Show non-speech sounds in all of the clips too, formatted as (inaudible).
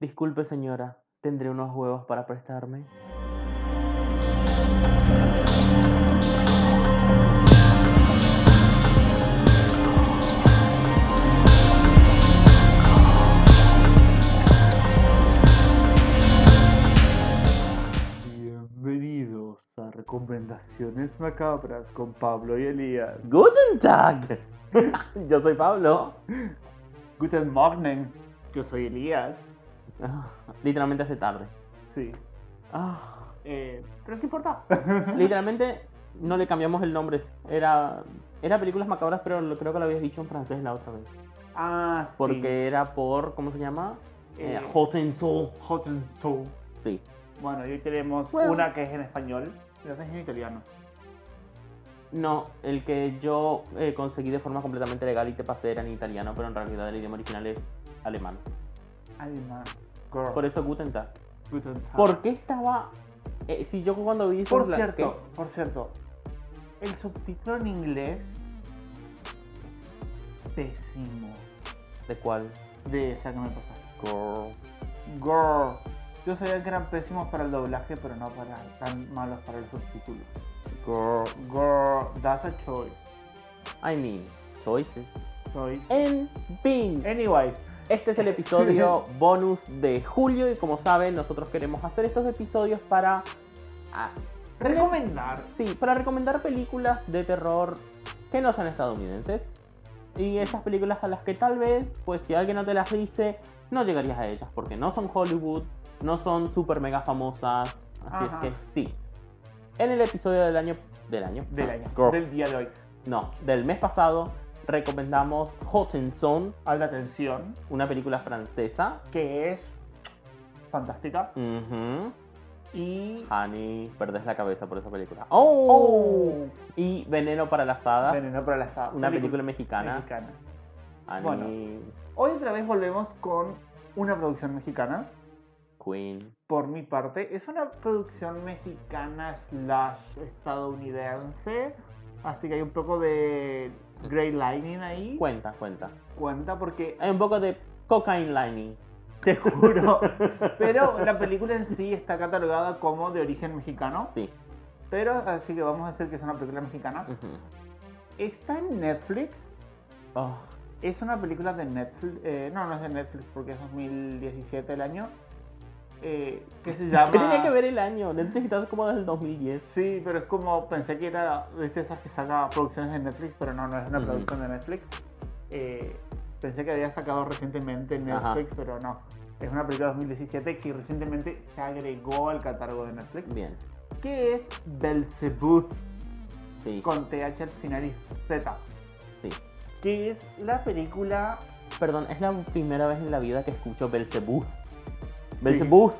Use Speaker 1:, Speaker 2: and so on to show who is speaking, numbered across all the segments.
Speaker 1: Disculpe, señora, ¿tendré unos huevos para prestarme?
Speaker 2: Bienvenidos a Recomendaciones Macabras con Pablo y Elías.
Speaker 1: ¡Guten Tag! (laughs) Yo soy Pablo.
Speaker 2: Guten Morgen, yo soy Elías.
Speaker 1: Ah, Literalmente hace tarde.
Speaker 2: Sí.
Speaker 1: Ah,
Speaker 2: Eh, ¿Pero
Speaker 1: (laughs)
Speaker 2: qué importa?
Speaker 1: Literalmente no le cambiamos el nombre. Era, era películas macabras, pero lo- creo que lo habías dicho en francés la otra vez.
Speaker 2: ah, sí.
Speaker 1: Porque era por, ¿cómo se llama? Eh,
Speaker 2: Eh,
Speaker 1: Hotenso.
Speaker 2: Hot and Stove.
Speaker 1: Sí.
Speaker 2: Bueno, y hoy tenemos
Speaker 1: Bueno.
Speaker 2: una que es en español y otra es en italiano.
Speaker 1: No, el que yo eh, conseguí de forma completamente legal y te pasé era en italiano, pero en realidad el idioma original es alemán.
Speaker 2: Alma. Girl.
Speaker 1: Por eso Guten Tag.
Speaker 2: Guten Tag.
Speaker 1: ¿Por qué estaba.? eh, si yo cuando vi.
Speaker 2: Por
Speaker 1: la-
Speaker 2: cierto, por cierto, el subtítulo en inglés es pésimo
Speaker 1: ¿De cuál?
Speaker 2: de esa que me pasaste. Girl. Yo sabía que eran pésimos para el doblaje, pero no para tan malos para los subtítulos. Girl, that's a choice.
Speaker 1: I mean, choices.
Speaker 2: Choice.
Speaker 1: En fin,
Speaker 2: Anyways,
Speaker 1: este es el episodio bonus de julio y como saben, nosotros queremos hacer estos episodios para. ah,
Speaker 2: recomendar.
Speaker 1: sí, para recomendar películas de terror que no sean estadounidenses. Y esas películas a las que tal vez, pues si alguien no te las dice, no llegarías a ellas porque no son Hollywood, no son super mega famosas. Así
Speaker 2: Ajá.
Speaker 1: es que sí. En el episodio del año. del año.
Speaker 2: Del año,
Speaker 1: Girl.
Speaker 2: del día de hoy.
Speaker 1: No, del mes pasado recomendamos Hottenson,
Speaker 2: Alta atención,
Speaker 1: una película francesa.
Speaker 2: que es fantástica.
Speaker 1: Ujú.
Speaker 2: Y.
Speaker 1: Honey, perdés la cabeza por esa película. ¡Oh!
Speaker 2: ¡Oh!
Speaker 1: Y Veneno para las Hadas,
Speaker 2: Veneno para las hadas.
Speaker 1: una película mexicana.
Speaker 2: mexicana.
Speaker 1: Honey,
Speaker 2: Hoy otra vez volvemos con una producción mexicana.
Speaker 1: Queen.
Speaker 2: Por mi parte, es una producción mexicana slash estadounidense. Así que hay un poco de Grey Lightning ahí.
Speaker 1: Cuenta, cuenta.
Speaker 2: Cuenta porque, (laughs)
Speaker 1: Hay un poco de cocaine lining.
Speaker 2: te juro. pero la película en sí está catalogada como de origen mexicano.
Speaker 1: Sí.
Speaker 2: Pero así que vamos a decir que es una película mexicana.
Speaker 1: Ujú.
Speaker 2: Está en Netflix.
Speaker 1: Oh,
Speaker 2: Es una película de Netflix. eh, no, no es de Netflix porque es 2017 el año. eh, que se
Speaker 1: (laughs)
Speaker 2: llama.
Speaker 1: ¿Qué tenía que ver el año? Netflix está como desde el 2010.
Speaker 2: Sí, pero es como pensé que era ¿viste? esas que saca producciones de Netflix, pero no, no es una
Speaker 1: Ujú.
Speaker 2: producción de Netflix. Eh, pensé que había sacado recientemente en
Speaker 1: Ajá.
Speaker 2: Netflix, pero no. Es una película de 2017 que recientemente se agregó al catálogo de Netflix,
Speaker 1: Bien,
Speaker 2: que es Belzebub
Speaker 1: sí.
Speaker 2: con TH al final y Z,
Speaker 1: sí.
Speaker 2: que es la película
Speaker 1: Perdón, es la primera vez en la vida que escucho Belzebú. Belzebú.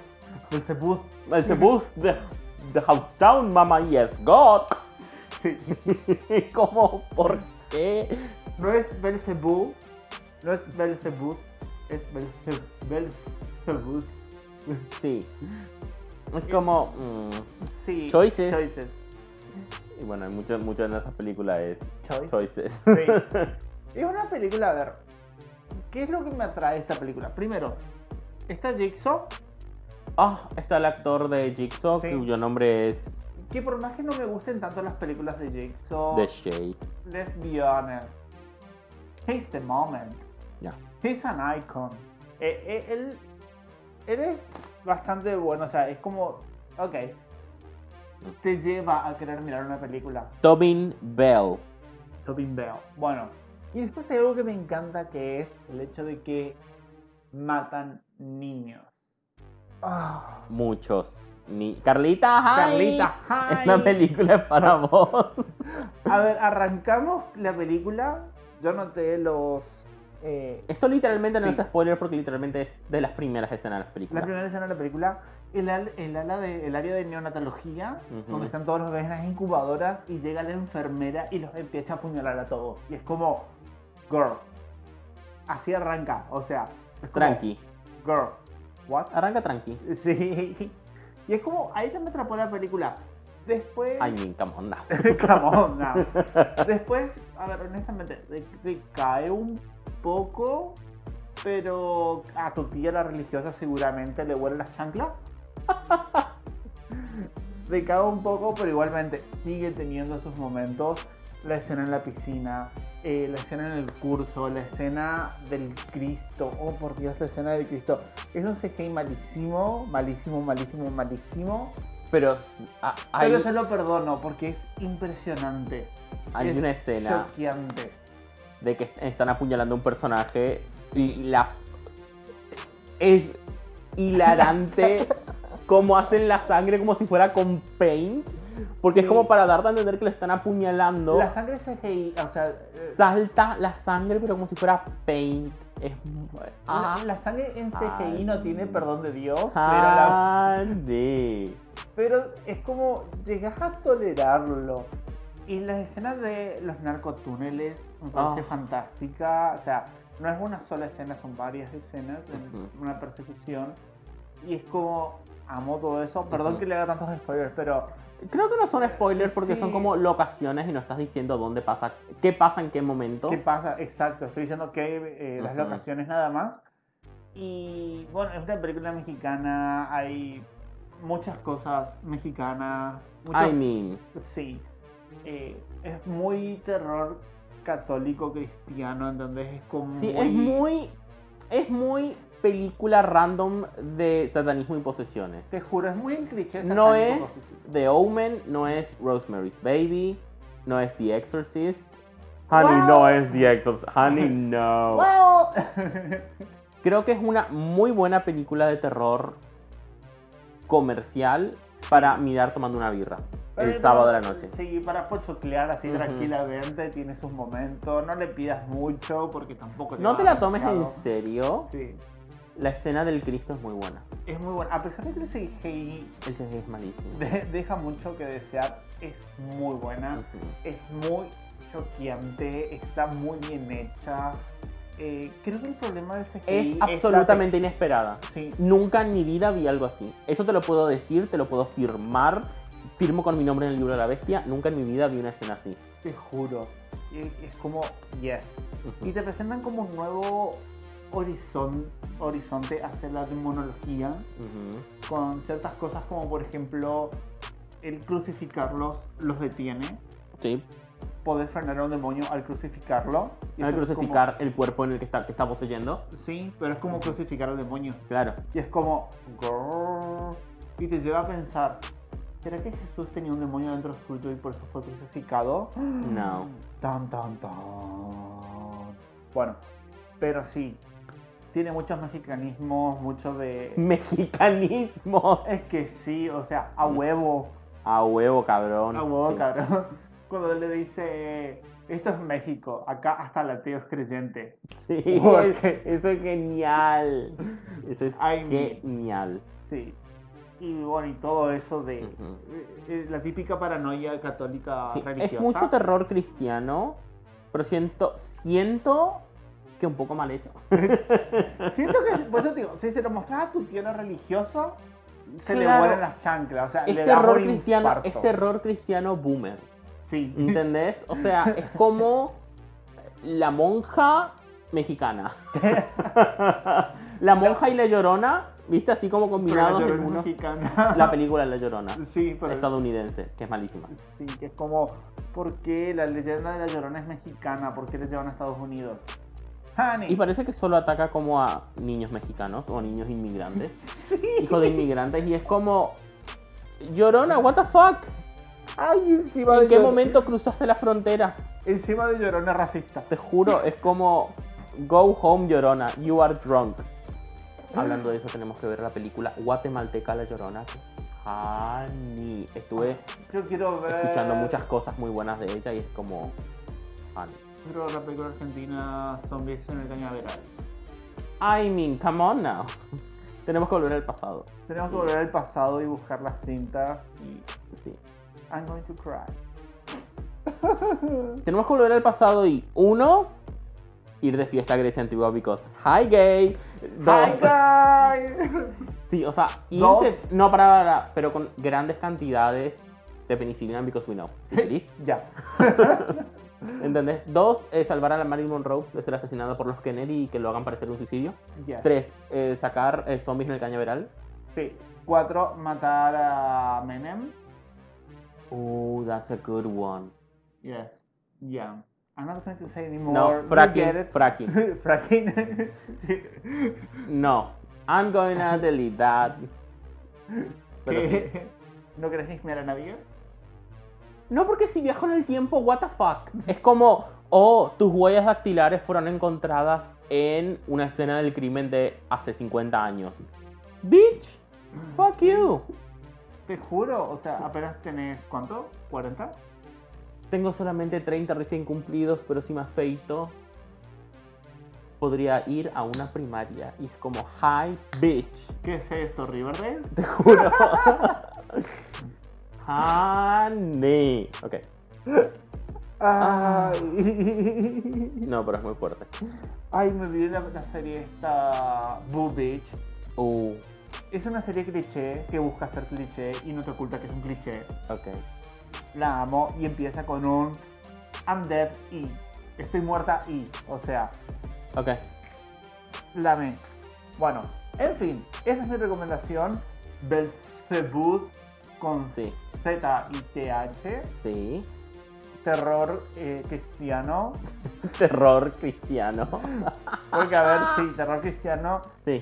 Speaker 2: Belzebub.
Speaker 1: Belzebú de, de Housetown, Mama Yes God. (laughs)
Speaker 2: Sí,
Speaker 1: ¿Cómo? ¿Por qué?
Speaker 2: no es Belzebub, no es Belzebub, es Belze- Belzebub.
Speaker 1: Sí. Es como. mm,
Speaker 2: Sí.
Speaker 1: Choices.
Speaker 2: Choices.
Speaker 1: y bueno, hay mucho, mucho en esas películas es choices.
Speaker 2: Sí. (laughs) es una película, a ver, ¿qué es lo que me atrae de esta película? Primero, está Jigsaw,
Speaker 1: (laughs) Ah, está el actor de Jigsaw,
Speaker 2: Sí.
Speaker 1: cuyo nombre es.
Speaker 2: que por más que no me gusten tanto las películas de Jigsaw,
Speaker 1: The Shade.
Speaker 2: let's be honest, he's the moment,
Speaker 1: Ya.
Speaker 2: he's an icon. Eh, eh, él, él es bastante bueno, o sea, es como, ok, te lleva a querer mirar una película.
Speaker 1: Tobin Bell.
Speaker 2: Tobin Bell. Bueno, y después hay algo que me encanta que es el hecho de que matan niños. Ah,
Speaker 1: Muchos. Ni... Carlita, hi.
Speaker 2: Carlita, Ah. hi.
Speaker 1: Esta película es para
Speaker 2: (laughs)
Speaker 1: vos.
Speaker 2: A ver, arrancamos la película. Yo noté los. eh,
Speaker 1: Esto literalmente no
Speaker 2: Sí.
Speaker 1: es spoiler porque literalmente es de las primeras escenas de las
Speaker 2: la
Speaker 1: películas.
Speaker 2: primera escena de la película, el, al- el ala de- el área de neonatología,
Speaker 1: Ujú.
Speaker 2: donde están todos los bebés en las incubadoras, y llega la enfermera y los empieza a apuñalar a todos. Y es como, girl. Así arranca, o sea, es como,
Speaker 1: Tranqui.
Speaker 2: Girl, what?
Speaker 1: Arranca tranqui.
Speaker 2: Sí. (laughs) Y es como, ahí se me atrapó la película. Después.
Speaker 1: I mean, come on now.
Speaker 2: (laughs) Come on now. (laughs) Después, a ver, honestamente, te, te cae un poco Pero a tu tía la religiosa seguramente le huelen las chanclas. (laughs) Te cago un poco, pero igualmente sigue teniendo esos momentos. La escena en la piscina, eh, la escena en el curso, la escena del Cristo. Oh, por Dios, la escena del Cristo. Eso se cae malísimo, malísimo, malísimo, malísimo.
Speaker 1: Pero s- a- hay,
Speaker 2: Pero se lo perdono porque es impresionante.
Speaker 1: hay
Speaker 2: es
Speaker 1: una escena
Speaker 2: choqueante.
Speaker 1: de que están apuñalando a un personaje y la... Es
Speaker 2: (laughs)
Speaker 1: hilarante cómo hacen la sangre como si fuera con paint. Porque es
Speaker 2: Sí.
Speaker 1: como para darte a entender que lo están apuñalando.
Speaker 2: La sangre CGI, o sea, eh,
Speaker 1: Salta la sangre pero como si fuera paint. Es...
Speaker 2: la- la, sangre en CGI no
Speaker 1: Ay. Ah.
Speaker 2: tiene perdón de Dios, pero la
Speaker 1: Grande.
Speaker 2: Pero es como llegas a tolerarlo. Y las escenas de los narcotúneles me parece
Speaker 1: Ah.
Speaker 2: fantástica. O sea, no es una sola escena, son varias escenas en
Speaker 1: Ujú.
Speaker 2: una persecución. Y es como, amo todo eso. Perdón
Speaker 1: Ujú.
Speaker 2: que le haga tantos spoilers, pero
Speaker 1: Creo que no son spoilers porque
Speaker 2: Sí.
Speaker 1: son como locaciones y no estás diciendo dónde pasa, qué pasa en qué momento.
Speaker 2: ¿qué pasa? Exacto, estoy diciendo que eh, las
Speaker 1: Ujú.
Speaker 2: locaciones nada más. Y bueno, es una película mexicana, hay muchas cosas mexicanas. muchos-
Speaker 1: I mean,
Speaker 2: Sí. Eh, es muy terror católico cristiano, entonces es como.
Speaker 1: sí, es muy, es muy película random de satanismo y posesiones.
Speaker 2: Te juro, es muy el cliché.
Speaker 1: No
Speaker 2: satánico.
Speaker 1: es The Omen, no es Rosemary's Baby, no es The Exorcist. Honey,
Speaker 2: Wow.
Speaker 1: no es The Exorcist. Honey, no.
Speaker 2: Well.
Speaker 1: Creo que es una muy buena película de terror comercial para mirar tomando una birra el
Speaker 2: Pero-
Speaker 1: sábado de la noche.
Speaker 2: Sí, para pochoclear así
Speaker 1: Ujú.
Speaker 2: tranquilamente, tiene sus momentos. No le pidas mucho porque tampoco
Speaker 1: No
Speaker 2: va
Speaker 1: te
Speaker 2: a
Speaker 1: la
Speaker 2: dar
Speaker 1: tomes en
Speaker 2: demasiado.
Speaker 1: serio.
Speaker 2: Sí.
Speaker 1: La escena del Cristo es muy buena.
Speaker 2: Es muy bueno. A pesar de que el CGI
Speaker 1: El CGI es malísimo.
Speaker 2: de- deja mucho que desear, es muy buena.
Speaker 1: Ujú.
Speaker 2: es muy choqueante, está muy bien hecha. Eh, creo que el problema de ese
Speaker 1: Es absolutamente inesperada.
Speaker 2: Sí,
Speaker 1: Nunca en mi vida vi algo así. Eso te lo puedo decir, te lo puedo firmar. Firmo con mi nombre en el libro de la bestia. Nunca en mi vida vi una escena así.
Speaker 2: te juro. Eh, Es como, yes.
Speaker 1: Ujú.
Speaker 2: Y te presentan como un nuevo horizon- horizonte hacia la demonología
Speaker 1: Ujú.
Speaker 2: con ciertas cosas como, por ejemplo, el crucificarlos los detiene.
Speaker 1: Sí,
Speaker 2: Podés frenar a un demonio al crucificarlo. Y
Speaker 1: al
Speaker 2: eso es como-
Speaker 1: crucificar el cuerpo en el que está, que está poseyendo.
Speaker 2: sí, pero es como crucificar al demonio.
Speaker 1: Claro.
Speaker 2: Y es como. "Grrr", Y te lleva a pensar: ¿será que Jesús tenía un demonio dentro suyo y por eso fue crucificado?
Speaker 1: No. (laughs)
Speaker 2: Tan, tan, tan. Bueno, pero sí. Tiene muchos mexicanismos, mucho de.
Speaker 1: Mexicanismo.
Speaker 2: Es que sí, o sea, a huevo.
Speaker 1: A huevo, cabrón.
Speaker 2: A huevo,
Speaker 1: Mm. Sí.
Speaker 2: cabrón. Cuando le dice. Esto es México, acá hasta el ateo es creyente. (laughs)
Speaker 1: Sí, (laughs)
Speaker 2: Porque-
Speaker 1: eso es genial. Eso es
Speaker 2: Ay, mi-
Speaker 1: genial.
Speaker 2: Sí. Y bueno, y todo eso de.
Speaker 1: Ujú.
Speaker 2: eh, eh, La típica paranoia católica
Speaker 1: Sí,
Speaker 2: Ah, religiosa.
Speaker 1: es mucho terror cristiano, pero siento, siento que un poco mal hecho.
Speaker 2: Siento que, por eso te digo, si se lo mostras a tu tío no religioso, se le
Speaker 1: Claro.
Speaker 2: vuelan las chanclas. O sea,
Speaker 1: Es
Speaker 2: le damos
Speaker 1: terror
Speaker 2: un
Speaker 1: Este cristiano,
Speaker 2: infarto.
Speaker 1: es terror cristiano boomer.
Speaker 2: Sí.
Speaker 1: ¿Entendés? O sea, es como la monja mexicana. la monja y la llorona, viste así como
Speaker 2: Pero la
Speaker 1: combinados en
Speaker 2: llorona es
Speaker 1: uno.
Speaker 2: mexicana.
Speaker 1: La película La Llorona,
Speaker 2: (laughs) Sí, pero.
Speaker 1: estadounidense, que es malísima.
Speaker 2: Sí, que es como, ¿por qué la leyenda de la llorona es mexicana? ¿Por qué la llevan a Estados Unidos? Honey.
Speaker 1: Y parece que solo ataca como a niños mexicanos o niños inmigrantes. Hijo de inmigrantes. Y es como. Llorona, what the fuck?
Speaker 2: Ay, encima
Speaker 1: ¿En
Speaker 2: de
Speaker 1: qué
Speaker 2: llor-
Speaker 1: momento cruzaste la frontera?
Speaker 2: Encima de llorona racista.
Speaker 1: Te juro, es como. Go home, Llorona, you are drunk. Hablando de eso, tenemos que ver la película guatemalteca La Llorona. que- Honey. Estuve
Speaker 2: Yo quiero ver.
Speaker 1: escuchando muchas cosas muy buenas de ella y es como. Honey.
Speaker 2: Pero la película argentina Zombies en el Cañaveral.
Speaker 1: I mean, come on now. (laughs) Tenemos que volver al pasado.
Speaker 2: Tenemos que volver al pasado y buscar las cintas. Y
Speaker 1: Sí.
Speaker 2: I'm going to cry.
Speaker 1: Tenemos que volver al pasado y uno, ir de fiesta a Grecia antigua because hi gay. Dos,
Speaker 2: Hi guys. (laughs)
Speaker 1: sí, o sea, ir
Speaker 2: Dos.
Speaker 1: de- no para, para, pero
Speaker 2: (laughs)
Speaker 1: con grandes cantidades de penicilina because we know. ¿Sí, Cris?
Speaker 2: ya.
Speaker 1: ¿Entendés? Dos, eh, salvar a la Marilyn Monroe de ser asesinada por los Kennedy y que lo hagan parecer un suicidio.
Speaker 2: Ya.
Speaker 1: Tres, eh, sacar eh, zombies en el cañaveral.
Speaker 2: Sí. Cuatro, matar a Menem. Uh,
Speaker 1: Oh, that's a good one.
Speaker 2: Yes. Yeah. I'm not going to say
Speaker 1: No,
Speaker 2: anymore. You get
Speaker 1: fracking,
Speaker 2: it.
Speaker 1: fracking.
Speaker 2: (laughs) Fracking.
Speaker 1: No, I'm
Speaker 2: (laughs)
Speaker 1: gonna delete that. Pero sí.
Speaker 2: ¿Qué? (laughs) ¿No querés chismear a nadie?
Speaker 1: No, porque si viajo en el tiempo, what the fuck. Es como, oh, tus huellas dactilares fueron encontradas en una escena del crimen de hace 50 años. Bitch, fuck you.
Speaker 2: Te juro, o sea, apenas tenés, ¿cuánto? ¿40?
Speaker 1: Tengo solamente 30 recién cumplidos, pero si me afeito, podría ir a una primaria. Y es como, hi, bitch.
Speaker 2: ¿Qué es esto, Riverdale?
Speaker 1: Te juro. (laughs) Honey. Ok.
Speaker 2: Ah. Ay, (laughs)
Speaker 1: No, pero es muy fuerte.
Speaker 2: Ay me olvidé la, la serie esta, Boo Bitch.
Speaker 1: Uh,
Speaker 2: Es una serie cliché que busca ser cliché y no te oculta que es un cliché.
Speaker 1: ok.
Speaker 2: La amo y empieza con un I'm dead y estoy muerta y, o sea,
Speaker 1: Ok.
Speaker 2: la amé. Bueno, en fin, esa es mi recomendación. Belzebub con
Speaker 1: Sí.
Speaker 2: Z y TH.
Speaker 1: Sí.
Speaker 2: terror eh, cristiano.
Speaker 1: Terror cristiano.
Speaker 2: Porque, a ver,
Speaker 1: (laughs)
Speaker 2: sí, terror cristiano.
Speaker 1: Sí.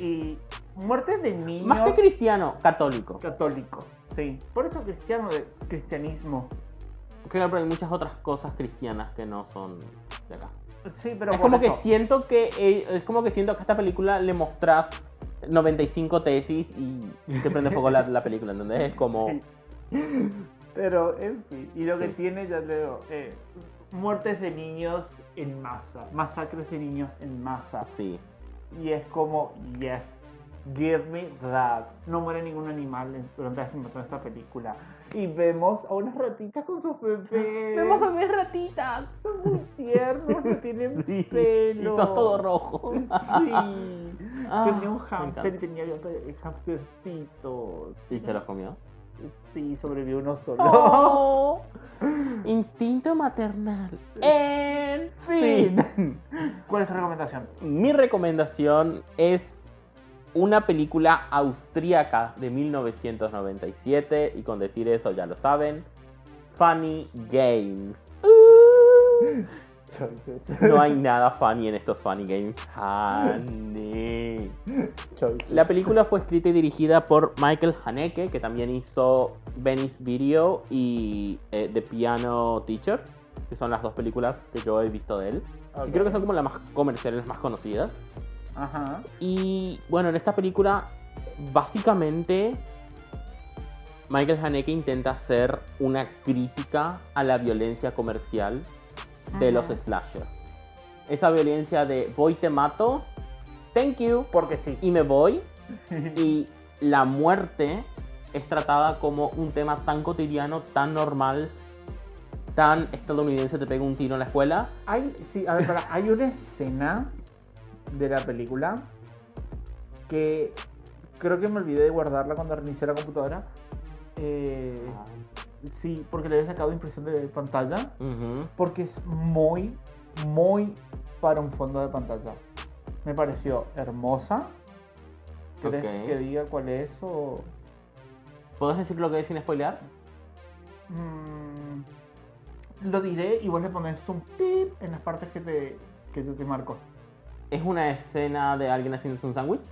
Speaker 2: Y muerte de niños
Speaker 1: Más que cristiano, católico.
Speaker 2: católicos. Sí. Por eso cristiano de cristianismo.
Speaker 1: Claro, pero hay muchas otras cosas cristianas que no son de acá.
Speaker 2: Sí, pero
Speaker 1: es
Speaker 2: por
Speaker 1: como
Speaker 2: eso.
Speaker 1: que siento que eh, es como que siento que a esta película le mostrás 95 tesis y te prende fuego la, la película, ¿entendés? Es como
Speaker 2: Sí. (laughs) Pero, en fin. Y lo que
Speaker 1: Sí.
Speaker 2: tiene, ya leo, eh, muertes de niños en masa. Masacres de niños en masa.
Speaker 1: sí.
Speaker 2: Y es como, yes, give me that. No muere ningún animal en- durante la filmación de esta película. Y vemos a unas ratitas con sus
Speaker 1: (gasps)
Speaker 2: bebés.
Speaker 1: Vemos bebés ratitas.
Speaker 2: Son muy tiernos, no
Speaker 1: (laughs)
Speaker 2: tienen
Speaker 1: Sí. Y
Speaker 2: pelo.
Speaker 1: sos todo rojo.
Speaker 2: Sí.
Speaker 1: Ah,
Speaker 2: tenía un
Speaker 1: me
Speaker 2: hamster y
Speaker 1: encanta.
Speaker 2: tenía eh, hamstercitos.
Speaker 1: ¿Y se los comió?
Speaker 2: Sí, sobrevivió uno solo. (laughs)
Speaker 1: Oh, instinto maternal. En fin.
Speaker 2: Fin. (laughs) ¿Cuál es tu recomendación?
Speaker 1: Mi recomendación es una película austríaca de 1997 y con decir eso ya lo saben. Funny Games. Uh,
Speaker 2: Choices.
Speaker 1: (laughs) No hay nada funny en estos Funny Games. Honey.
Speaker 2: Choices.
Speaker 1: La película fue escrita y dirigida por Michael Haneke, que también hizo Venice Video y eh, The Piano Teacher, que son las dos películas que yo he visto de él. Y Creo que son como las más comerciales, las más conocidas.
Speaker 2: Ajá.
Speaker 1: Y bueno, en esta película, básicamente, Michael Haneke intenta hacer una crítica a la violencia comercial de los
Speaker 2: Ajá.
Speaker 1: slasher. Esa violencia de voy te mato, thank you,
Speaker 2: Porque sí.
Speaker 1: y me voy. Y la muerte es tratada como un tema tan cotidiano, tan normal, tan estadounidense, te pega un tiro en la escuela.
Speaker 2: Hay, sí, a ver, pará, hay una escena de la película que creo que me olvidé de guardarla cuando reinicié la computadora. Eh, sí, porque le había sacado impresión de pantalla.
Speaker 1: Ujú.
Speaker 2: Porque es muy, muy para un fondo de pantalla. Me pareció hermosa. ¿Crees
Speaker 1: Ok.
Speaker 2: que diga cuál es o...?
Speaker 1: ¿Puedes decir lo que es sin spoilear?
Speaker 2: Mm, lo diré y vos le pones un pip en las partes que te, que yo te marco.
Speaker 1: ¿Es una escena de alguien haciéndose un sándwich?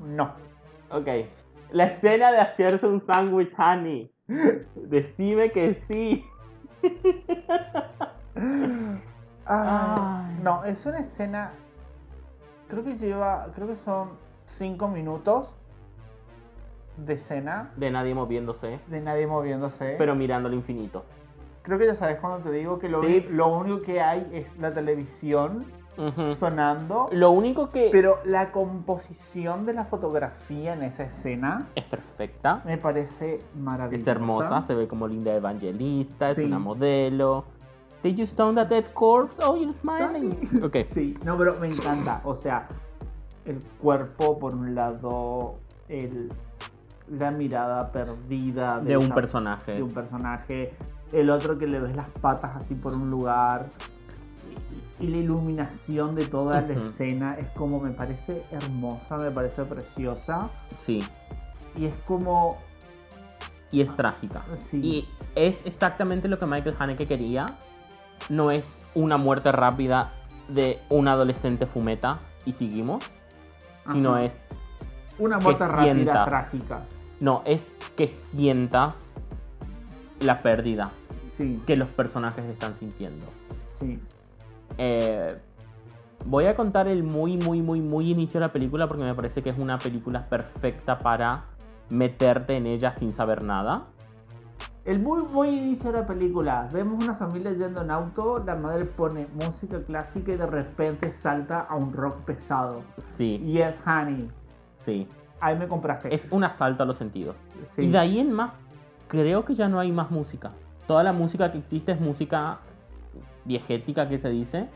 Speaker 2: No.
Speaker 1: Ok. La escena de hacerse un sándwich, honey. (laughs) Decime que sí.
Speaker 2: Ah,
Speaker 1: Ay.
Speaker 2: no, es una escena. Creo que lleva. Creo que son 5 minutos de escena
Speaker 1: De nadie moviéndose,
Speaker 2: de nadie moviéndose.
Speaker 1: pero mirando al infinito.
Speaker 2: creo que ya sabes cuando te digo que lo,
Speaker 1: Sí.
Speaker 2: uni- lo único que hay es la televisión
Speaker 1: Ujú.
Speaker 2: sonando.
Speaker 1: Lo único que
Speaker 2: Pero la composición de la fotografía en esa escena
Speaker 1: es perfecta.
Speaker 2: me parece maravillosa.
Speaker 1: Es hermosa, se ve como linda evangelista, es
Speaker 2: Sí.
Speaker 1: una modelo. Did you stone that dead corpse? Oh, you're smiling. Ok.
Speaker 2: Sí, no, pero me encanta. O sea, el cuerpo por un lado, el, la mirada perdida
Speaker 1: De un
Speaker 2: esa-
Speaker 1: personaje.
Speaker 2: de un personaje, el otro que le ves las patas así por un lugar. Y la iluminación de toda la
Speaker 1: Ujú.
Speaker 2: escena es como me parece hermosa, me parece preciosa.
Speaker 1: Sí,
Speaker 2: Y es como...
Speaker 1: y es trágica.
Speaker 2: Sí.
Speaker 1: Y es exactamente lo que Michael Haneke quería. No es una muerte rápida de un adolescente fumeta y seguimos, sino
Speaker 2: Ajá.
Speaker 1: es
Speaker 2: Una muerte rápida,
Speaker 1: sientas.
Speaker 2: trágica.
Speaker 1: no es que sientas la pérdida
Speaker 2: Sí,
Speaker 1: que los personajes están sintiendo.
Speaker 2: sí.
Speaker 1: Eh, voy a contar el muy, muy, muy, muy inicio de la película porque me parece que es una película perfecta para meterte en ella sin saber nada.
Speaker 2: El muy buen inicio de la película. Vemos una familia yendo en auto, la madre pone música clásica y de repente salta a un rock pesado.
Speaker 1: Sí,
Speaker 2: Yes, honey.
Speaker 1: sí.
Speaker 2: Ahí me compraste.
Speaker 1: Es un asalto a los sentidos.
Speaker 2: Sí.
Speaker 1: Y de ahí en más, creo que ya no hay más música. Toda la música que existe es música diegética que se dice.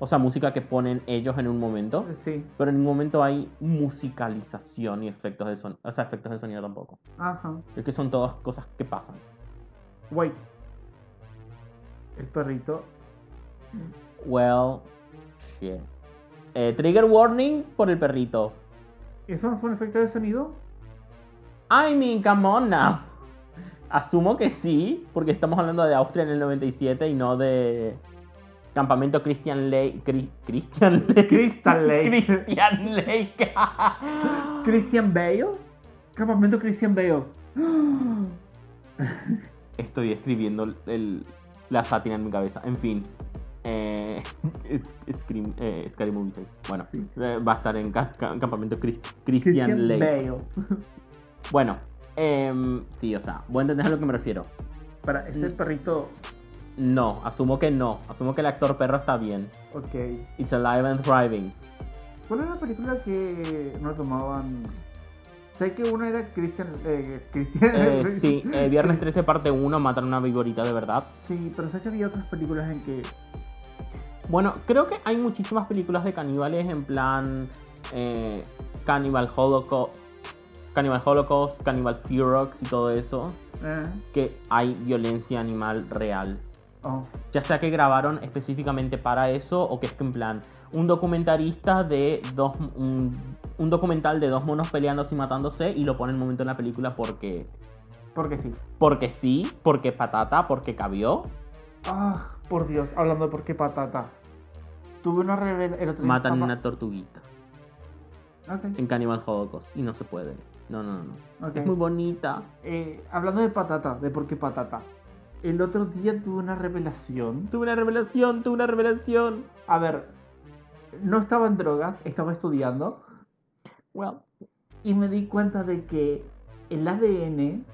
Speaker 1: O sea, música que ponen ellos en un momento.
Speaker 2: Sí.
Speaker 1: Pero en ningún momento hay musicalización y efectos de sonido. O sea, efectos de sonido tampoco.
Speaker 2: Ajá.
Speaker 1: Es que son todas cosas que pasan.
Speaker 2: Wait. El perrito.
Speaker 1: Well, shit. Eh, trigger warning por el perrito.
Speaker 2: ¿Eso no fue un efecto de sonido?
Speaker 1: I mean, come on now. Asumo que sí, porque estamos hablando de Austria en el 97 y no de Campamento Christian Lake. Cri- Christian Lake.
Speaker 2: Crystal Lake.
Speaker 1: (laughs) Christian Lake.
Speaker 2: Christian Bale. Campamento Christian Bale.
Speaker 1: (laughs)
Speaker 2: (gasps)
Speaker 1: Estoy escribiendo el- la sátira en mi cabeza. En fin. Eh, es- Scream- eh, Scary Movie 6. Bueno,
Speaker 2: Sí.
Speaker 1: eh, va a estar en ca- ca- Campamento Chris-
Speaker 2: Christian
Speaker 1: Christian Lake.
Speaker 2: Bale.
Speaker 1: Bueno, em, sí, o sea, ¿vos entendés a lo que me refiero?
Speaker 2: Para ese
Speaker 1: Mm.
Speaker 2: perrito.
Speaker 1: No, asumo que no. Asumo que el actor perro está bien.
Speaker 2: Ok.
Speaker 1: It's alive and thriving.
Speaker 2: ¿Cuál era la película que no tomaban? Sé que una era Christian. Eh, Christian
Speaker 1: Eh, sí, eh, Viernes 13 parte 1, matar una vigorita de verdad.
Speaker 2: Sí, pero sé que había otras películas en que.
Speaker 1: Bueno, creo que hay muchísimas películas de caníbales en plan eh, Cannibal Holocaust, Cannibal Holocaust, Cannibal Ferox y todo eso,
Speaker 2: eh,
Speaker 1: que hay violencia animal real.
Speaker 2: oh,
Speaker 1: Ya sea que grabaron específicamente para eso o que es que en plan un documentarista de dos un, un documental de dos monos peleándose y matándose y lo ponen un momento en la película porque
Speaker 2: porque sí.
Speaker 1: porque sí, porque patata, porque cabió.
Speaker 2: Ah, por Dios, hablando de por qué patata. Tuve una rebelión el otro día.
Speaker 1: Matan
Speaker 2: estaba-
Speaker 1: una tortuguita
Speaker 2: Ok,
Speaker 1: en Cannibal Holocaust y no se puede. No, no, no.
Speaker 2: ok.
Speaker 1: Es muy bonita.
Speaker 2: Eh, hablando de patata, de por qué patata. El otro día tuve una revelación.
Speaker 1: Tuve una revelación, tuve una revelación.
Speaker 2: A ver, no estaba en drogas, estaba estudiando.
Speaker 1: Well,
Speaker 2: y me di cuenta de que el ADN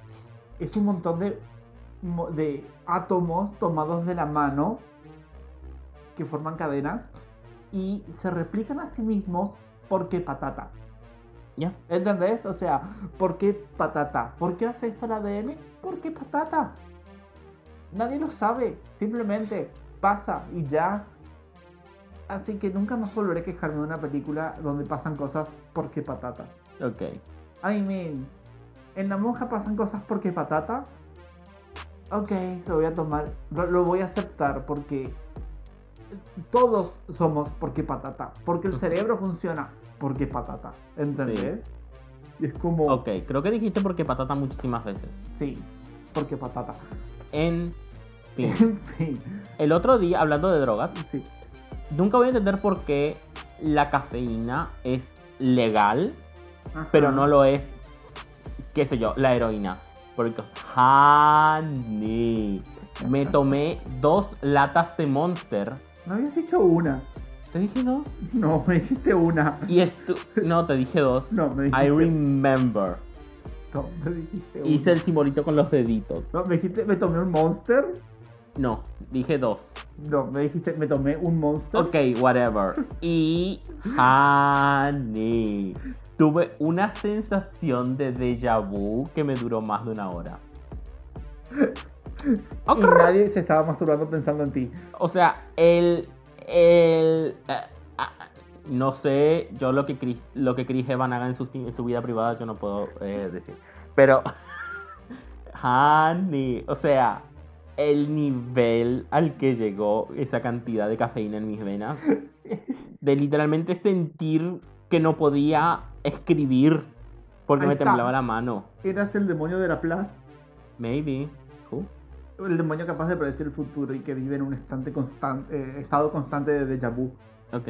Speaker 2: es un montón de, mo- de átomos tomados de la mano que forman cadenas y se replican a sí mismos porque patata.
Speaker 1: ya.
Speaker 2: ¿Entendés? O sea, ¿por qué patata? ¿Por qué hace esto el ADN? ¿Por qué patata? Nadie lo sabe, simplemente pasa y ya. Así que nunca más volveré a quejarme de una película donde pasan cosas porque patata.
Speaker 1: Ok.
Speaker 2: I mean, en la monja pasan cosas porque patata. Ok, lo voy a tomar, lo, lo voy a aceptar porque todos somos porque patata. Porque el
Speaker 1: Ujú.
Speaker 2: cerebro funciona porque patata. ¿Entendés? Y es como,
Speaker 1: Ok, creo que dijiste porque patata muchísimas veces.
Speaker 2: sí, porque patata.
Speaker 1: En fin.
Speaker 2: (laughs) En fin,
Speaker 1: El otro día, hablando de drogas,
Speaker 2: sí.
Speaker 1: nunca voy a entender por qué la cafeína es legal,
Speaker 2: Ajá.
Speaker 1: pero no lo es, qué sé yo, la heroína. Porque, honey, me tomé dos latas de Monster.
Speaker 2: No habías dicho una. (laughs)
Speaker 1: ¿Te dije dos?
Speaker 2: No, me dijiste una.
Speaker 1: Y estu... No, te dije dos.
Speaker 2: No, me dijiste,
Speaker 1: I remember.
Speaker 2: no, me dijiste una.
Speaker 1: Hice el simbolito con los deditos.
Speaker 2: No, me dijiste, me tomé un monster.
Speaker 1: No, dije dos.
Speaker 2: No, me dijiste, me tomé un monster.
Speaker 1: Ok, whatever. Y. Honey. Tuve una sensación de déjà vu que me duró más de una hora.
Speaker 2: Y
Speaker 1: Ok.
Speaker 2: nadie se estaba masturbando pensando en ti.
Speaker 1: O sea, el. El. eh, ah, no sé, yo lo que Chris, lo que Chris Evans haga en su, en su vida privada, yo no (laughs) puedo eh, decir. Pero. Honey, o sea, el nivel al que llegó esa cantidad de cafeína en mis venas. De literalmente sentir que no podía escribir porque
Speaker 2: Ahí
Speaker 1: me
Speaker 2: está.
Speaker 1: temblaba la mano.
Speaker 2: Eras el demonio de la plaza.
Speaker 1: Maybe. Who?
Speaker 2: El demonio capaz de predecir el futuro y que vive en un estante constan- eh, estado constante de déjà vu.
Speaker 1: Ok.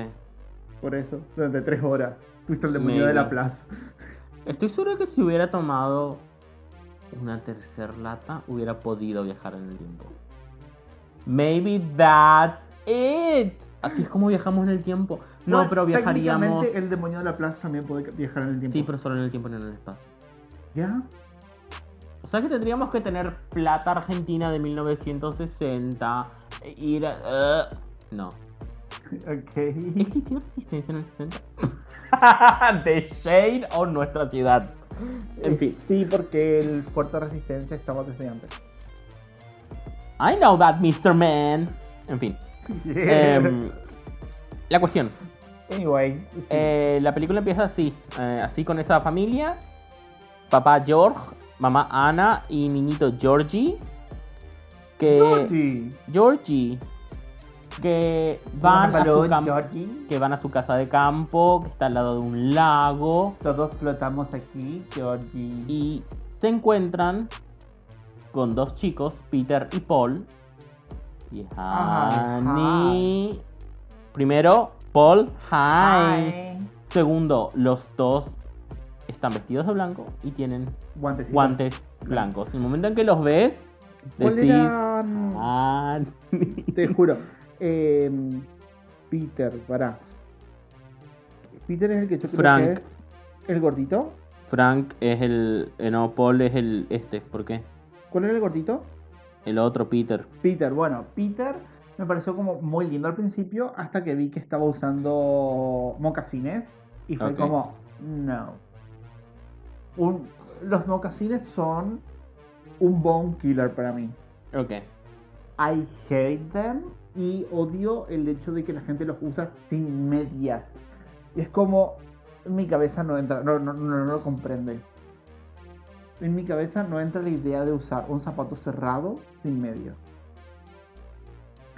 Speaker 2: Por eso, durante tres horas. Fuiste el demonio
Speaker 1: Maybe.
Speaker 2: de la plaza.
Speaker 1: Estoy seguro que si hubiera tomado una tercer lata, hubiera podido viajar en el tiempo. Maybe that's it. Así es como viajamos en el tiempo. No,
Speaker 2: Bueno,
Speaker 1: pero viajaríamos.
Speaker 2: técnicamente, el demonio de la plaza también puede viajar en el tiempo.
Speaker 1: Sí, pero solo en el tiempo, no en el espacio.
Speaker 2: ¿Ya? (laughs)
Speaker 1: O sea que tendríamos que tener plata argentina de 1960. e Ir a- eh, no.
Speaker 2: Ok.
Speaker 1: ¿Existió resistencia (laughs) en el (laughs) 60? De Shane o nuestra ciudad. En fin.
Speaker 2: Eh, Sí, porque el fuerte resistencia estaba desde antes.
Speaker 1: I know that, Mr. Man. En fin. Em, la cuestión.
Speaker 2: (laughs) Anyways, sí.
Speaker 1: Eh, la película empieza así. eh, así con esa familia. Papá George, mamá Ana y niñito Georgie. Que...
Speaker 2: Georgie.
Speaker 1: Georgie. Que van a su
Speaker 2: Hello,
Speaker 1: campo.
Speaker 2: Georgie.
Speaker 1: que van a su casa de campo, que está al lado de un lago,
Speaker 2: Todos flotamos aquí, Georgie.
Speaker 1: y se encuentran con dos chicos, Peter y Paul. Y
Speaker 2: Ah,
Speaker 1: Honey. Primero, Paul, hi.
Speaker 2: Ay.
Speaker 1: Segundo, los dos están vestidos de blanco y tienen
Speaker 2: Guantecito.
Speaker 1: guantes blancos. En el momento en que los ves,
Speaker 2: ¿Cuál
Speaker 1: decís, ah.
Speaker 2: eran?
Speaker 1: "Honey".
Speaker 2: Te juro. Eh, Peter, pará. Peter es el que yo creo
Speaker 1: Frank.
Speaker 2: que es el gordito.
Speaker 1: Frank es el... eh, no, Paul es el este, ¿por qué?
Speaker 2: ¿Cuál era el gordito?
Speaker 1: El otro, Peter.
Speaker 2: Peter, bueno, Peter me pareció como muy lindo al principio hasta que vi que estaba usando mocasines y fue
Speaker 1: Ok.
Speaker 2: como, no. Un- los mocasines son un bone killer para mí.
Speaker 1: Ok.
Speaker 2: I hate them y odio el hecho de que la gente los usa sin medias. Y es como, en mi cabeza no entra, no, no, no, no lo comprende. En mi cabeza no entra la idea de usar un zapato cerrado sin medias.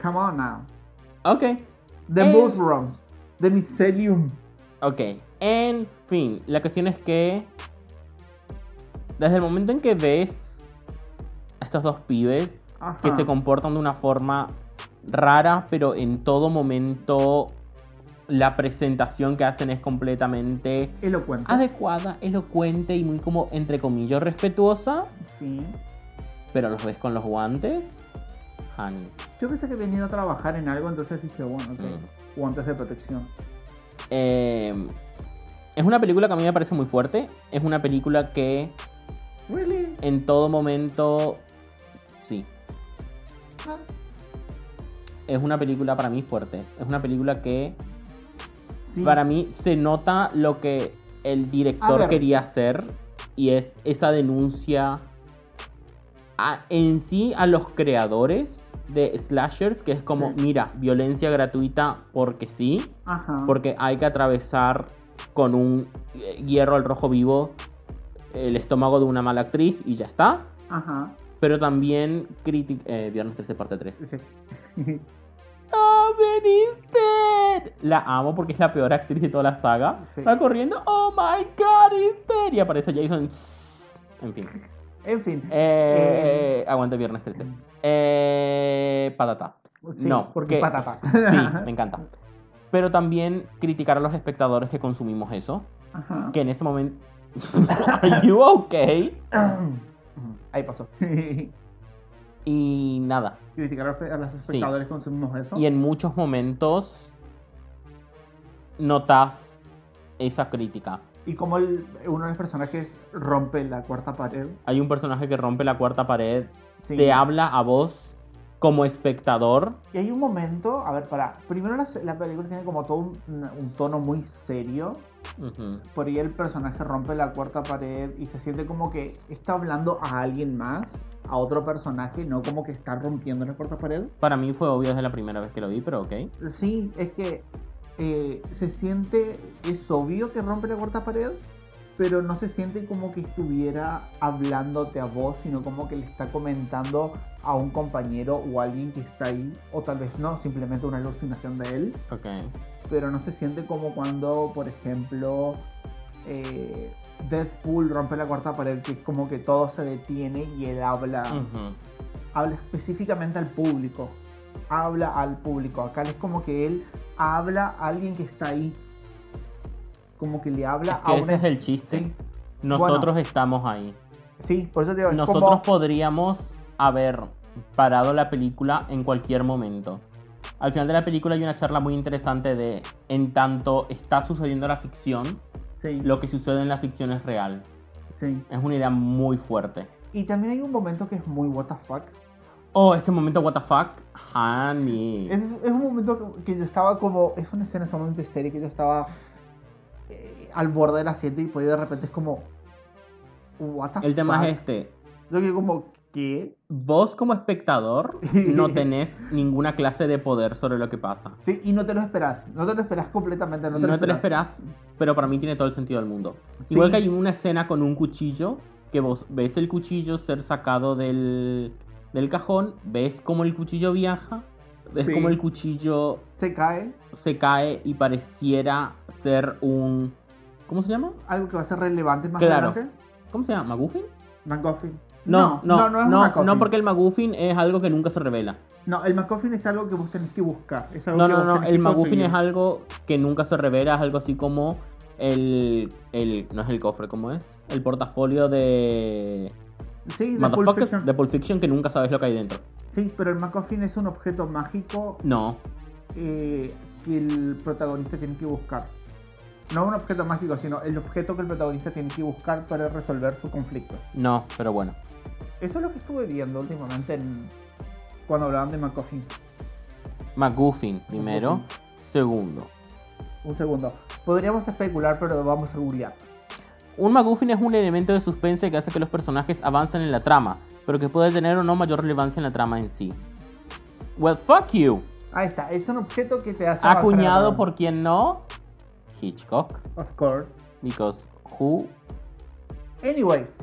Speaker 2: Come on now.
Speaker 1: Ok,
Speaker 2: The
Speaker 1: Eh.
Speaker 2: mushrooms. The mycelium.
Speaker 1: ok. En fin, la cuestión es que desde el momento en que ves a estos dos pibes
Speaker 2: Ajá.
Speaker 1: que se comportan de una forma rara, pero en todo momento la presentación que hacen es completamente
Speaker 2: Elocuente.
Speaker 1: adecuada, elocuente y muy como entre comillas respetuosa,
Speaker 2: Sí.
Speaker 1: pero los ves con los guantes. Honey.
Speaker 2: Yo pensé que venía a trabajar en algo, entonces dije, bueno, ok.
Speaker 1: Mm.
Speaker 2: Guantes de protección.
Speaker 1: Eh, es una película que a mí me parece muy fuerte. Es una película que
Speaker 2: Really?
Speaker 1: en todo momento, sí.
Speaker 2: Ah.
Speaker 1: Es una película para mí fuerte. Es una película que
Speaker 2: Sí.
Speaker 1: para mí se nota lo que el
Speaker 2: A
Speaker 1: director
Speaker 2: ver.
Speaker 1: quería hacer y es esa denuncia a- en sí a los creadores de slashers que es como,
Speaker 2: Sí.
Speaker 1: mira, violencia gratuita porque sí,
Speaker 2: Ajá.
Speaker 1: porque hay que atravesar con un eh, hierro al rojo vivo el estómago de una mala actriz y ya está.
Speaker 2: Ajá.
Speaker 1: Pero también criti- eh, Viernes 13 parte 3.
Speaker 2: Sí. (laughs)
Speaker 1: ¡Ah, Ben Easter! La amo porque es la peor actriz de toda la saga.
Speaker 2: Sí.
Speaker 1: Va corriendo, ¡Oh my god, Easter! Y aparece Jason. En fin.
Speaker 2: En fin.
Speaker 1: Eh, Aguante Viernes 13. Eh, patata.
Speaker 2: pues sí,
Speaker 1: no,
Speaker 2: porque
Speaker 1: que-
Speaker 2: patata. (laughs)
Speaker 1: Sí, me encanta. Pero también criticar a los espectadores que consumimos eso.
Speaker 2: Ajá.
Speaker 1: Que en ese momento. (laughs) ¿Are you okay?
Speaker 2: (clears throat) Ahí pasó. (laughs)
Speaker 1: Y nada.
Speaker 2: Criticar a los- a los espectadores consumimos eso.
Speaker 1: Y en muchos momentos notas esa crítica.
Speaker 2: Y como el- uno de los personajes rompe la cuarta pared.
Speaker 1: Hay un personaje que rompe la cuarta pared,
Speaker 2: Sí.
Speaker 1: te habla a vos como espectador.
Speaker 2: Y hay un momento, a ver, para. Primero la, la película tiene como todo un, un tono muy serio.
Speaker 1: Ujú.
Speaker 2: Por ahí el personaje rompe la cuarta pared y se siente como que está hablando a alguien más, a otro personaje, no como que está rompiendo la cuarta pared.
Speaker 1: Para mí fue obvio desde la primera vez que lo vi, pero ok.
Speaker 2: Sí, es que eh, se siente, es obvio que rompe la cuarta pared, pero no se siente como que estuviera hablándote a vos, sino como que le está comentando a un compañero o a alguien que está ahí, o tal vez no, simplemente una alucinación de él,
Speaker 1: Ok.
Speaker 2: pero no se siente como cuando, por ejemplo, eh, Deadpool rompe la cuarta pared, que es como que todo se detiene y él habla,
Speaker 1: Ujú.
Speaker 2: habla específicamente al público, habla al público, acá es como que él habla a alguien que está ahí, como que le habla
Speaker 1: Es que
Speaker 2: a
Speaker 1: ese
Speaker 2: una...
Speaker 1: es el chiste.
Speaker 2: Sí.
Speaker 1: Nosotros estamos ahí.
Speaker 2: Sí, por eso te digo, es
Speaker 1: Nosotros
Speaker 2: como-
Speaker 1: podríamos haber parado la película en cualquier momento. Al final de la película hay una charla muy interesante de en tanto está sucediendo la ficción,
Speaker 2: Sí,
Speaker 1: lo que sucede en la ficción es real.
Speaker 2: sí.
Speaker 1: Es una idea muy fuerte.
Speaker 2: Y también hay un momento que es muy what the fuck.
Speaker 1: Oh, ese momento what the fuck, honey.
Speaker 2: Es, es un momento que- que yo estaba como... Es una escena sumamente seria que yo estaba eh, al borde del asiento y pues de repente es como... What the
Speaker 1: El tema
Speaker 2: fuck.
Speaker 1: es este.
Speaker 2: Yo que como, ¿qué?
Speaker 1: Vos como espectador no tenés ninguna clase de poder sobre lo que pasa.
Speaker 2: Sí, y no te lo esperas. No te lo esperas completamente. No te,
Speaker 1: No te lo
Speaker 2: esperás.
Speaker 1: esperás, pero para mí tiene todo el sentido del mundo.
Speaker 2: Sí.
Speaker 1: Igual que hay una escena con un cuchillo, que vos ves el cuchillo ser sacado del, del cajón, ves cómo el cuchillo viaja, ves
Speaker 2: Sí.
Speaker 1: cómo el cuchillo
Speaker 2: Se cae
Speaker 1: se cae y pareciera ser un... ¿Cómo se llama?
Speaker 2: algo que va a ser relevante más
Speaker 1: Claro.
Speaker 2: adelante.
Speaker 1: ¿Cómo se llama? ¿Maguffin?
Speaker 2: McGuffin.
Speaker 1: No, no, no,
Speaker 2: no, es un
Speaker 1: no,
Speaker 2: McGuffin.
Speaker 1: porque el Maguffin es algo que nunca se revela.
Speaker 2: No, el McGuffin es algo que vos tenés que buscar. Es algo
Speaker 1: No,
Speaker 2: que
Speaker 1: no,
Speaker 2: vos
Speaker 1: no,
Speaker 2: tenés
Speaker 1: el
Speaker 2: que
Speaker 1: Maguffin
Speaker 2: conseguir.
Speaker 1: es algo que nunca se revela, es algo así como el, el... No es el cofre, ¿cómo es? El portafolio de...
Speaker 2: Sí, de Pulp
Speaker 1: Motherfuckers
Speaker 2: Fiction.
Speaker 1: de Pulp Fiction que nunca sabes lo que hay dentro.
Speaker 2: Sí, pero el McGuffin es un objeto mágico
Speaker 1: No,
Speaker 2: eh, que el protagonista tiene que buscar. No un objeto mágico, sino el objeto que el protagonista tiene que buscar para resolver su conflicto.
Speaker 1: no, pero bueno.
Speaker 2: Eso es lo que estuve viendo últimamente en- cuando hablaban de McGuffin.
Speaker 1: McGuffin, primero. Segundo.
Speaker 2: Un segundo. Podríamos especular, pero vamos a googlear.
Speaker 1: Un McGuffin es un elemento de suspense que hace que los personajes avancen en la trama, pero que puede tener o no mayor relevancia en la trama en sí. Well, fuck you.
Speaker 2: Ahí está, es un objeto que te hace...
Speaker 1: Acuñado
Speaker 2: avanzar
Speaker 1: por quien no. Hitchcock.
Speaker 2: en la trama. Of course.
Speaker 1: Because who.
Speaker 2: Anyways,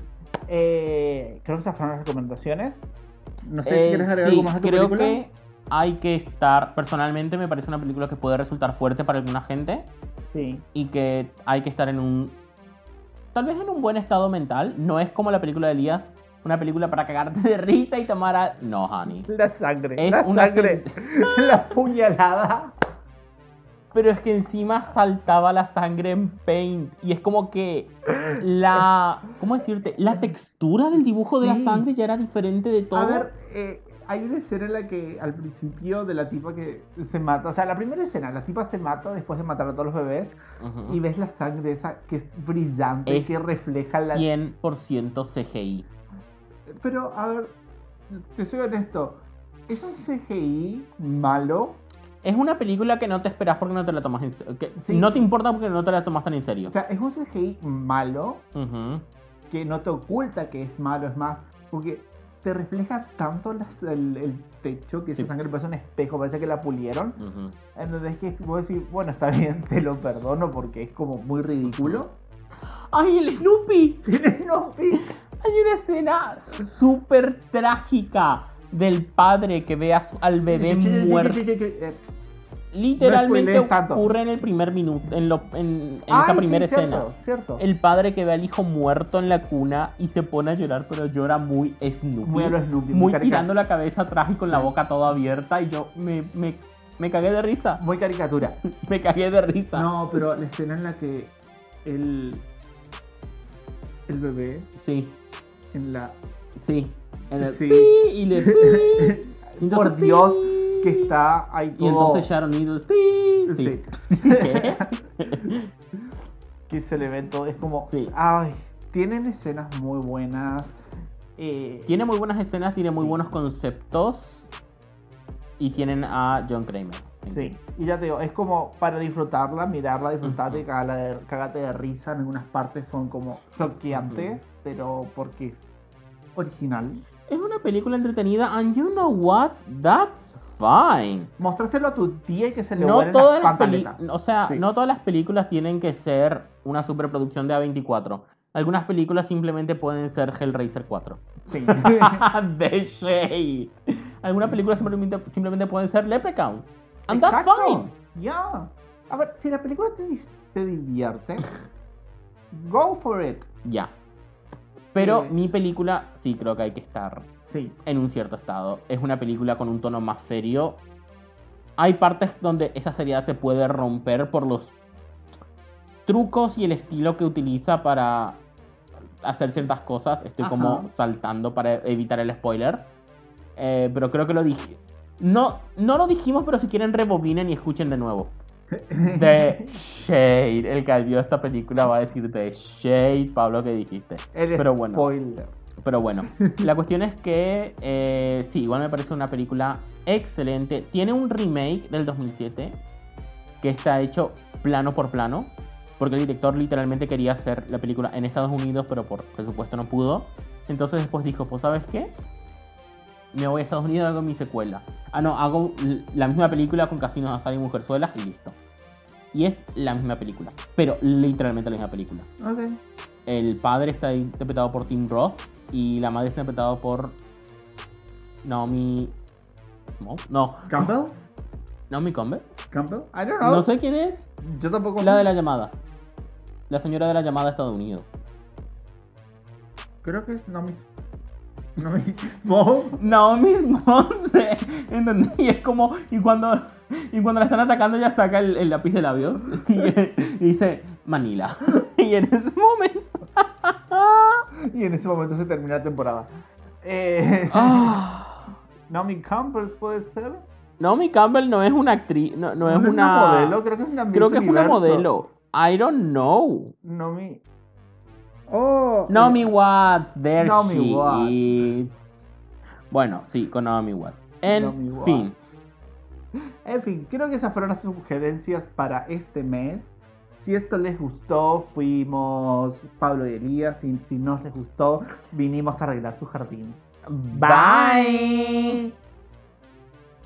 Speaker 2: eh, creo que esas fueron las recomendaciones. No sé
Speaker 1: Eh,
Speaker 2: si quieres agregar
Speaker 1: sí,
Speaker 2: algo más a tu
Speaker 1: creo
Speaker 2: película.
Speaker 1: que hay que estar. Personalmente me parece una película que puede resultar fuerte para alguna gente.
Speaker 2: Sí.
Speaker 1: y que hay que estar en un. Tal vez en un buen estado mental. No es como la película de Elías, una película para cagarte de risa y tomar a. No, honey.
Speaker 2: La sangre.
Speaker 1: Es
Speaker 2: la
Speaker 1: una
Speaker 2: sangre. (laughs) la puñalada.
Speaker 1: Pero es que encima saltaba la sangre en paint. Y es como que la. ¿Cómo decirte? La textura del dibujo de la
Speaker 2: Sí.
Speaker 1: sangre ya era diferente de todo.
Speaker 2: A ver, eh, hay una escena en la que al principio de la tipa que se mata, o sea, la primera escena, la tipa se mata después de matar a todos los bebés
Speaker 1: Ujú.
Speaker 2: y ves la sangre esa que es brillante,
Speaker 1: Es
Speaker 2: que refleja la...
Speaker 1: 100% CGI.
Speaker 2: Pero, a ver, te soy honesto, ¿es un CGI malo?
Speaker 1: Es una película que no te esperas porque no te la tomas en serio.
Speaker 2: Sí.
Speaker 1: No te importa porque no te la tomas tan en serio.
Speaker 2: O sea, ¿es un CGI malo
Speaker 1: Ujú.
Speaker 2: que no te oculta que es malo? Es más, porque te refleja tanto las- el, el techo que
Speaker 1: Sí.
Speaker 2: esa sangre parece un espejo, parece que la pulieron.
Speaker 1: Ujú.
Speaker 2: Entonces que vos decís, bueno, está bien, te lo perdono porque es como muy ridículo. (laughs)
Speaker 1: ¡Ay, el Snoopy!
Speaker 2: no, sí.
Speaker 1: Hay una escena súper trágica del padre que ve a su- al
Speaker 2: (laughs)
Speaker 1: bebé muerto.
Speaker 2: Eh,
Speaker 1: Literalmente
Speaker 2: spoilees tanto.
Speaker 1: ocurre en el primer minuto, en, lo- en- en esta
Speaker 2: ay,
Speaker 1: primera
Speaker 2: sí,
Speaker 1: escena.
Speaker 2: Cierto, cierto.
Speaker 1: El padre que ve al hijo muerto en la cuna y se pone a llorar, pero llora muy Snoopy.
Speaker 2: Muy a lo Snoopy,
Speaker 1: muy
Speaker 2: carica-
Speaker 1: tirando la cabeza atrás y con la boca toda abierta. Y yo me, me, me cagué de risa. (laughs)
Speaker 2: muy caricatura.
Speaker 1: Me cagué de risa.
Speaker 2: No, pero la escena en la que el, el bebé
Speaker 1: Sí,
Speaker 2: en la...
Speaker 1: sí. En el
Speaker 2: Sí.
Speaker 1: pi y le pi.
Speaker 2: (laughs)
Speaker 1: Y entonces
Speaker 2: Por Dios,
Speaker 1: pi.
Speaker 2: que está ahí
Speaker 1: Y
Speaker 2: todo...
Speaker 1: entonces Sharon Needles, pi, sí.
Speaker 2: (laughs) Sí.
Speaker 1: ¿Qué?
Speaker 2: que se le ve todo, es como...
Speaker 1: Sí.
Speaker 2: Ay, tienen escenas muy buenas. eh,
Speaker 1: Tiene muy buenas escenas, tiene muy buenos conceptos y tienen a John Kramer.
Speaker 2: Sí, y ya te digo, es como para disfrutarla, mirarla, disfrutarte, y cagala de- cagate de risa. En algunas partes son como choqueantes, pero porque es original.
Speaker 1: es una película entretenida, and you know what? That's fine.
Speaker 2: Mostrárselo a tu tía y que se le
Speaker 1: No
Speaker 2: huelen
Speaker 1: todas,
Speaker 2: las
Speaker 1: las peli-
Speaker 2: pantaletas.
Speaker 1: o sea,
Speaker 2: Sí.
Speaker 1: no todas las películas tienen que ser una superproducción de A24. Algunas películas simplemente pueden ser Hellraiser
Speaker 2: (laughs)
Speaker 1: 4.
Speaker 2: Sí.
Speaker 1: (laughs) de Shade. Algunas películas simplemente, simplemente pueden ser Leprechaun. And
Speaker 2: Exacto.
Speaker 1: that's fine.
Speaker 2: Ya. A ver, si la película te, dis- te divierte, go for it.
Speaker 1: Ya. Pero
Speaker 2: Sí.
Speaker 1: mi película sí creo que hay que estar
Speaker 2: Sí.
Speaker 1: en un cierto estado. Es una película con un tono más serio. Hay partes donde esa seriedad se puede romper por los trucos y el estilo que utiliza para hacer ciertas cosas. Estoy
Speaker 2: Ajá.
Speaker 1: como saltando para evitar el spoiler. Eh, pero creo que lo dije. No, no lo dijimos, pero si quieren rebobinen y escuchen de nuevo.
Speaker 2: (laughs)
Speaker 1: De Shade. El que vio esta película va a decir de Shade, Pablo, que dijiste.
Speaker 2: El
Speaker 1: Pero bueno.
Speaker 2: spoiler.
Speaker 1: Pero bueno, la cuestión es que eh, sí, igual me parece una película excelente. Tiene un remake del 2007 que está hecho plano por plano, porque el director literalmente quería hacer la película en Estados Unidos, pero por presupuesto no pudo. Entonces después dijo, pues sabes qué, me voy a Estados Unidos y hago mi secuela. Ah, no, hago l- la misma película con Casinos Azar y Mujerzuelas y listo. Y es la misma película, pero literalmente la misma película.
Speaker 2: Ok.
Speaker 1: El padre está interpretado por Tim Roth y la madre está interpretada por Naomi. ¿Mo? No,
Speaker 2: ¿Campbell?
Speaker 1: Naomi Campbell.
Speaker 2: ¿Campbell? I don't know.
Speaker 1: No sé quién es.
Speaker 2: Yo tampoco.
Speaker 1: La de la llamada. La señora de la llamada de Estados Unidos.
Speaker 2: Creo que es Nomi. (laughs) Nomi Small.
Speaker 1: Naomi Monse. (laughs) ¿Entendés? Y es como. Y cuando, y cuando la están atacando, ella saca el, el lápiz de labios (laughs) y, y dice Manila. (laughs) Y en ese momento.
Speaker 2: Y en ese momento se termina la temporada. Eh,
Speaker 1: ah,
Speaker 2: Naomi Campbell puede ser.
Speaker 1: (gasps) Naomi Campbell no es una actriz. No, no es una.
Speaker 2: modelo, creo que es una Miss
Speaker 1: Creo que es una
Speaker 2: Universo.
Speaker 1: modelo. I don't know.
Speaker 2: Naomi. Oh.
Speaker 1: Naomi Watts, there
Speaker 2: Naomi
Speaker 1: she
Speaker 2: Watts.
Speaker 1: is. Bueno, sí, con Naomi Watts. En
Speaker 2: Naomi Watts.
Speaker 1: fin,
Speaker 2: (laughs) En fin, creo que esas fueron las sugerencias para este mes. Si esto les gustó, fuimos Pablo y Elías. Si, si no les gustó, vinimos a arreglar su jardín.
Speaker 1: bye.
Speaker 2: Bye.